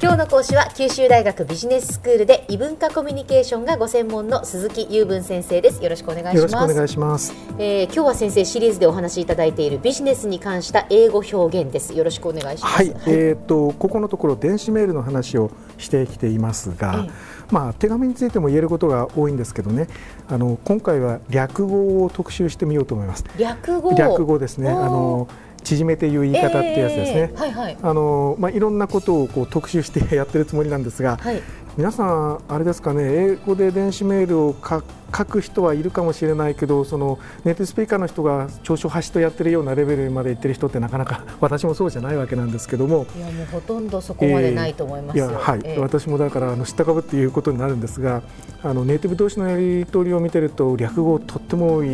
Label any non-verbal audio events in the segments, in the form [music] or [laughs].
今日の講師は九州大学ビジネススクールで異文化コミュニケーションがご専門の鈴木雄文先生ですよろしくお願いしよまろしくおす願いします。えー今日は先生シリーズでお話しいただいているビジネスに関した英語表現ですよろしくお願いしますはい、えっ、とここのところ電子メールの話をしてきていますが、ええまあ手紙についても言えることが多いんですけどね、あの今回は略語を特集してみようと思います。略語略語ですね。おーあの縮めて言う言い方ってやつですねえ。ーはいはいあのまあ、いろんなことをこう特集してやってるつもりなんですが、はい皆さん、あれですかね英語で電子メールをか書く人はいるかもしれないけどそのネイティブスピーカーの人が長所端とやってるようなレベルまで行ってる人ってなかな [laughs] か私もそうじゃないわけなんですけども。いやもうほとんどそこまでないと思いますいやよ、はい、えー私もだからあの知ったかぶっていうことになるんですがあのネイティブ同士のやり取りを見てると略語とっても多い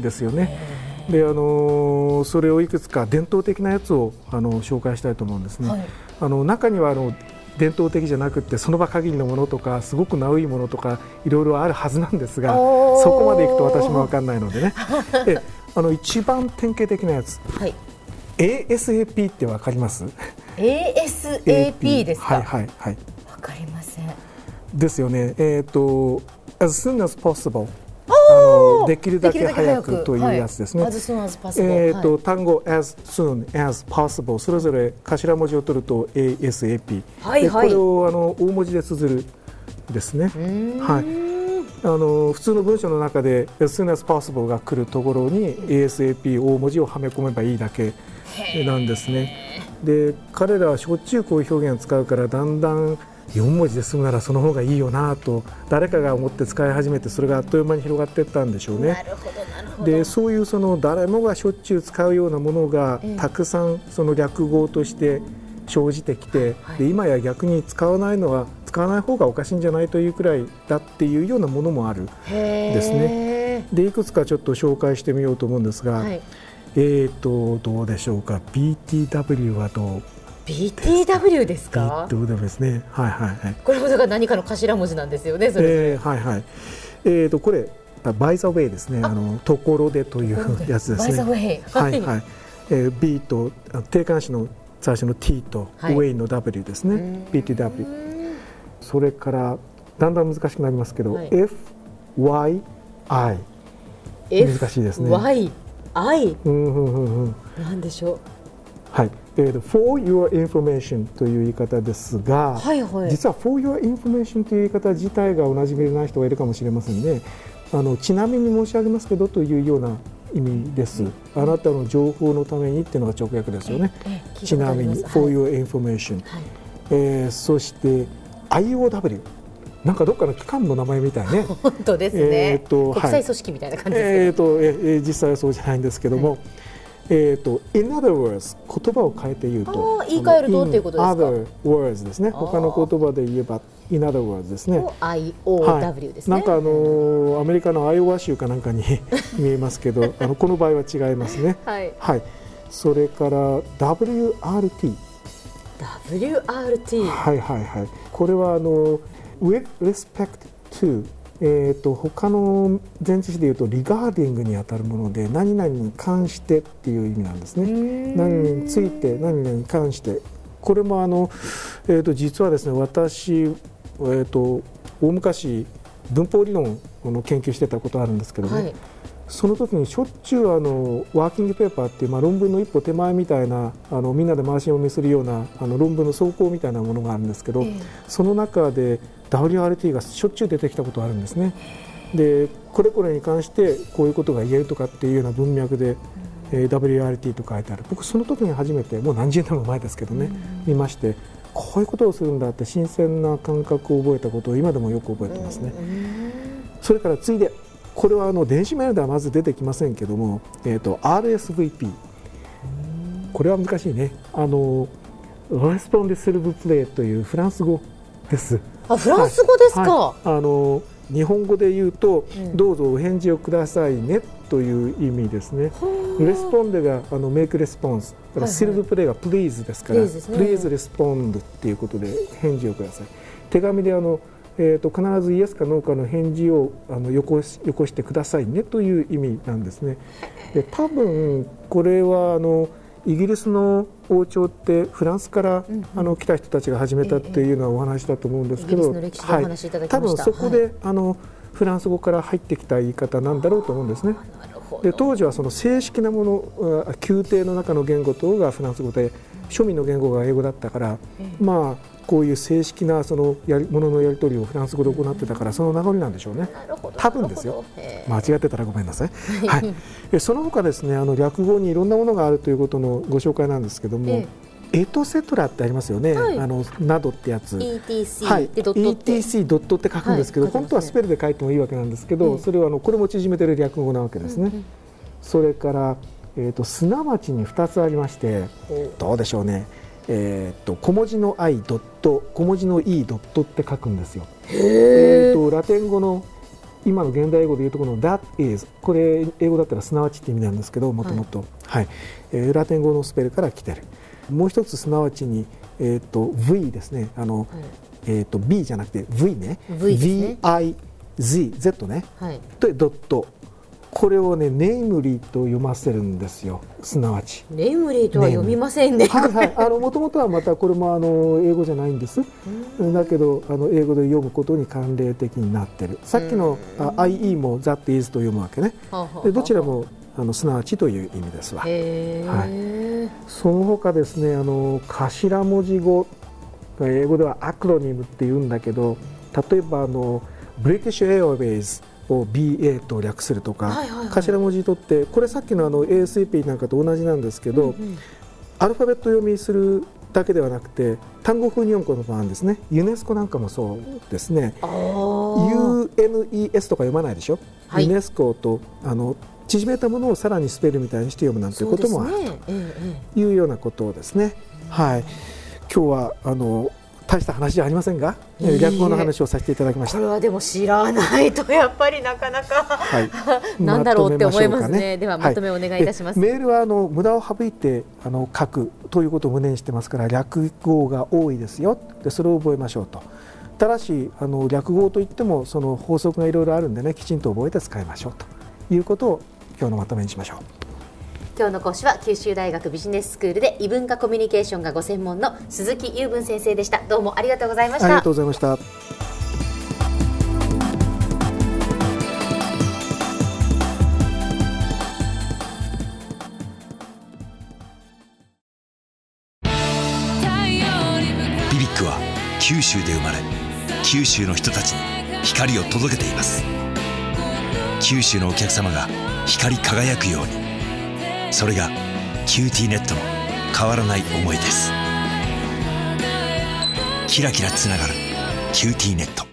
ですよね。であのーそれをいくつか伝統的なやつをあの紹介したいと思うんですね。はいあの中にはあの伝統的じゃなくてその場限りのものとかすごくナウいものとかいろいろあるはずなんですがおーそこまでいくと私も分かんないのでねえあの一番典型的なやつはい ASAP って分かります ASAP ですかはわ、いはいはいかりませんですよねえっ、と as soon as possible あのできるだけ早くというやつですね、はい、as soon as possible えーとはい単語 as soon as possible それぞれ頭文字を取ると ASAP、はいではいこれをあの大文字で綴るですね、はい、あの普通の文章の中で as soon as possible が来るところに ASAP 大文字をはめ込めばいいだけなんですねで彼らはしょっちゅうこういう表現を使うからだんだん4文字で済むならその方がいいよなと誰かが思って使い始めてそれがあっという間に広がっていったんでしょうね。なるほどなるほどでそういうその誰もがしょっちゅう使うようなものがええたくさんその略語として生じてきて、はいで今や逆に使わないのは使わない方がおかしいんじゃないというくらいだっていうようなものもあるですすねでいくつかちょっと紹介してみようと思うんですが、はいえーとどうでしょうか BTW はどう BTW ですか BTW ですねはいはいはいこれもだから何かの頭文字なんですよねそれ、えーはいはいえーとこれバイザウェイですねあのところでというやつでバすねイザウェイはいはい、えー、B とあ定冠詞の最初の T と、はい Way の W ですうねん BTW それからだんだん難しくなりますけど、はい FYI 難しいですね Y I うんうんうんうんなんでしょはいえーと For your information という言い方ですが、うはいはい実は For your information という言い方自体がおなじみでない人がいるかもしれませんねあのちなみに申し上げますけどというような意味です、あなたの情報のためにっていうのが直訳ですよね、ええ聞いちたことなあみりますに、for はい your information、はいえーそして IOW なんかどっかの機関の名前みたいね本当ですね、えーとはい国際組織みたいな [laughs] 感じですけど、えーとえーえー実際はそうじゃないんですけども、えー、と in other words 言葉を変えて言うとあー言い換えるとあのっていうことですか in other words ですねあー他の言葉で言えば in other words ですねをはい IOW ですね、なんかあのーアメリカのアイオワ州かなんかに [laughs] 見えますけどあのこの場合は違いますねはいはいそれから WRT WRT はいはいはい、これはあの with respect to えー、と他の前置詞でいうとリガーディングにあたるもので何々に関してっていう意味なんですうーね。ん何々について何々に関してこれもあの、えー、と実はですね私、えー、と大昔文法理論の研究してたことあるんですけどね、はいその時にしょっちゅうあのワーキングペーパーっていう、まあ、論文の一歩手前みたいなあのみんなで回し読みするようなあの論文の草稿みたいなものがあるんですけど、ええその中で WRT がしょっちゅう出てきたことがあるんですね。でこれこれに関してこういうことが言えるとかっていうような文脈で、えー WRT と書いてある僕その時に初めてもう何十年も前ですけどね、見ましてこういうことをするんだって新鮮な感覚を覚えたことを今でもよく覚えてますね。それから次いでこれはあの電子メールではまず出てきませんけども、えー、と RSVP これは難しいねあのレスポンデセルブプレイというフランス語ですあフランス語ですか、はいあの日本語で言うと、うんどうぞお返事をくださいねという意味ですねほーレスポンデがあのメイクレスポンスだはいはからいシルブプレイがプリーズですから、 please ですねプリーズレスポンドっていうことで返事をください手紙であの、えー、と必ずイエスかノーかの返事をあのよこしよこしてくださいねという意味なんですねで多分これはあのイギリスの王朝ってフランスから、うんうんあの来た人たちが始めたっていうのはお話だと思うんですけど、イギリスの歴史でお話しいただきました多分そこで、あのフランス語から入ってきた言い方なんだろうと思うんですね。なるほでど。当時はその正式なものあ宮廷の中の言語等がフランス語で庶民の言語が英語だったから、まあこういう正式なそのやりもののやり取りをフランス語で行ってたからその名残なんでしょうね。なるほど多分ですよ。なるほどええ間違ってたらごめんなさい。 [laughs] はい。えその他ですねあの略語にいろんなものがあるということのご紹介なんですけども、えエトセトラってありますよね。はいあのなどってやつ。は ETC い、ってドットって、 ETC ドットって書くんですけど、はい書いてますね本当はスペルで書いてもいいわけなんですけど、うんそれはあのこれも縮めてる略語なわけですね、それから、えー、とすなわちに2つありましてどうでしょうね、えー、と小文字の i ドット小文字の e ドットって書くんですよ、えー、とラテン語の今の現代英語でいうところの that is これ英語だったらすなわちって意味なんですけどもともと、はいえーラテン語のスペルから来てるもう一つすなわちに、えー、と v ですねあの、えー、と B じゃなくて V ね V ですね VIZZ ねはい。でドットこれをねネイムリーと読ませるんですよすなわち。レムリーとは読みませんね。はいはい、あの元々はまたこれもあの英語じゃないんですだけどあの英語で読むことに関連的になってるさっきのあ IE も「that is」と読むわけねでどちらも。もあのすなわちという意味ですわへえ。その他ですねあの頭文字語英語ではアクロニムって言うんだけど例えばあのブリティッシュ・エアウェイズを BA と略するとか、はいはいはい頭文字取ってこれさっきのあの ASAP なんかと同じなんですけど、アルファベット読みするだけではなくて単語風に読むこともあるんですねユネスコなんかもそうですねああ。 UNES とか読まないでしょ、はいユネスコとあの縮めたものをさらにスペルみたいにして読むなんていうこともあるそうですね。えええいうようなことをですね、はい、今日はあの大した話じゃありませんが、えいいーえ略語の話をさせていただきまえしこた。れはでも知らないとやっぱりなかなか。はい、 [laughs] なんだろうって思いますねとめしょうかではまとめお願いいたしますはえメールはあの無駄を省いてあの書くということを胸にしてますから略語が多いですよでそれを覚えましょうとただしあの略語といってもその法則がいろいろあるんでねきちんと覚えて使いましょうということを今日のまとめにしましょう。今日の講師は九州大学ビジネススクールで異文化コミュニケーションがご専門の鈴木雄文先生でした。どうもありがとうございましありたがと。うございました。ビビックは九州で生まれ九州の人たちに光を届けています九州のお客様が光り輝くようにそれがキューティーネットの変わらない思いですキラキラつながるキューティーネット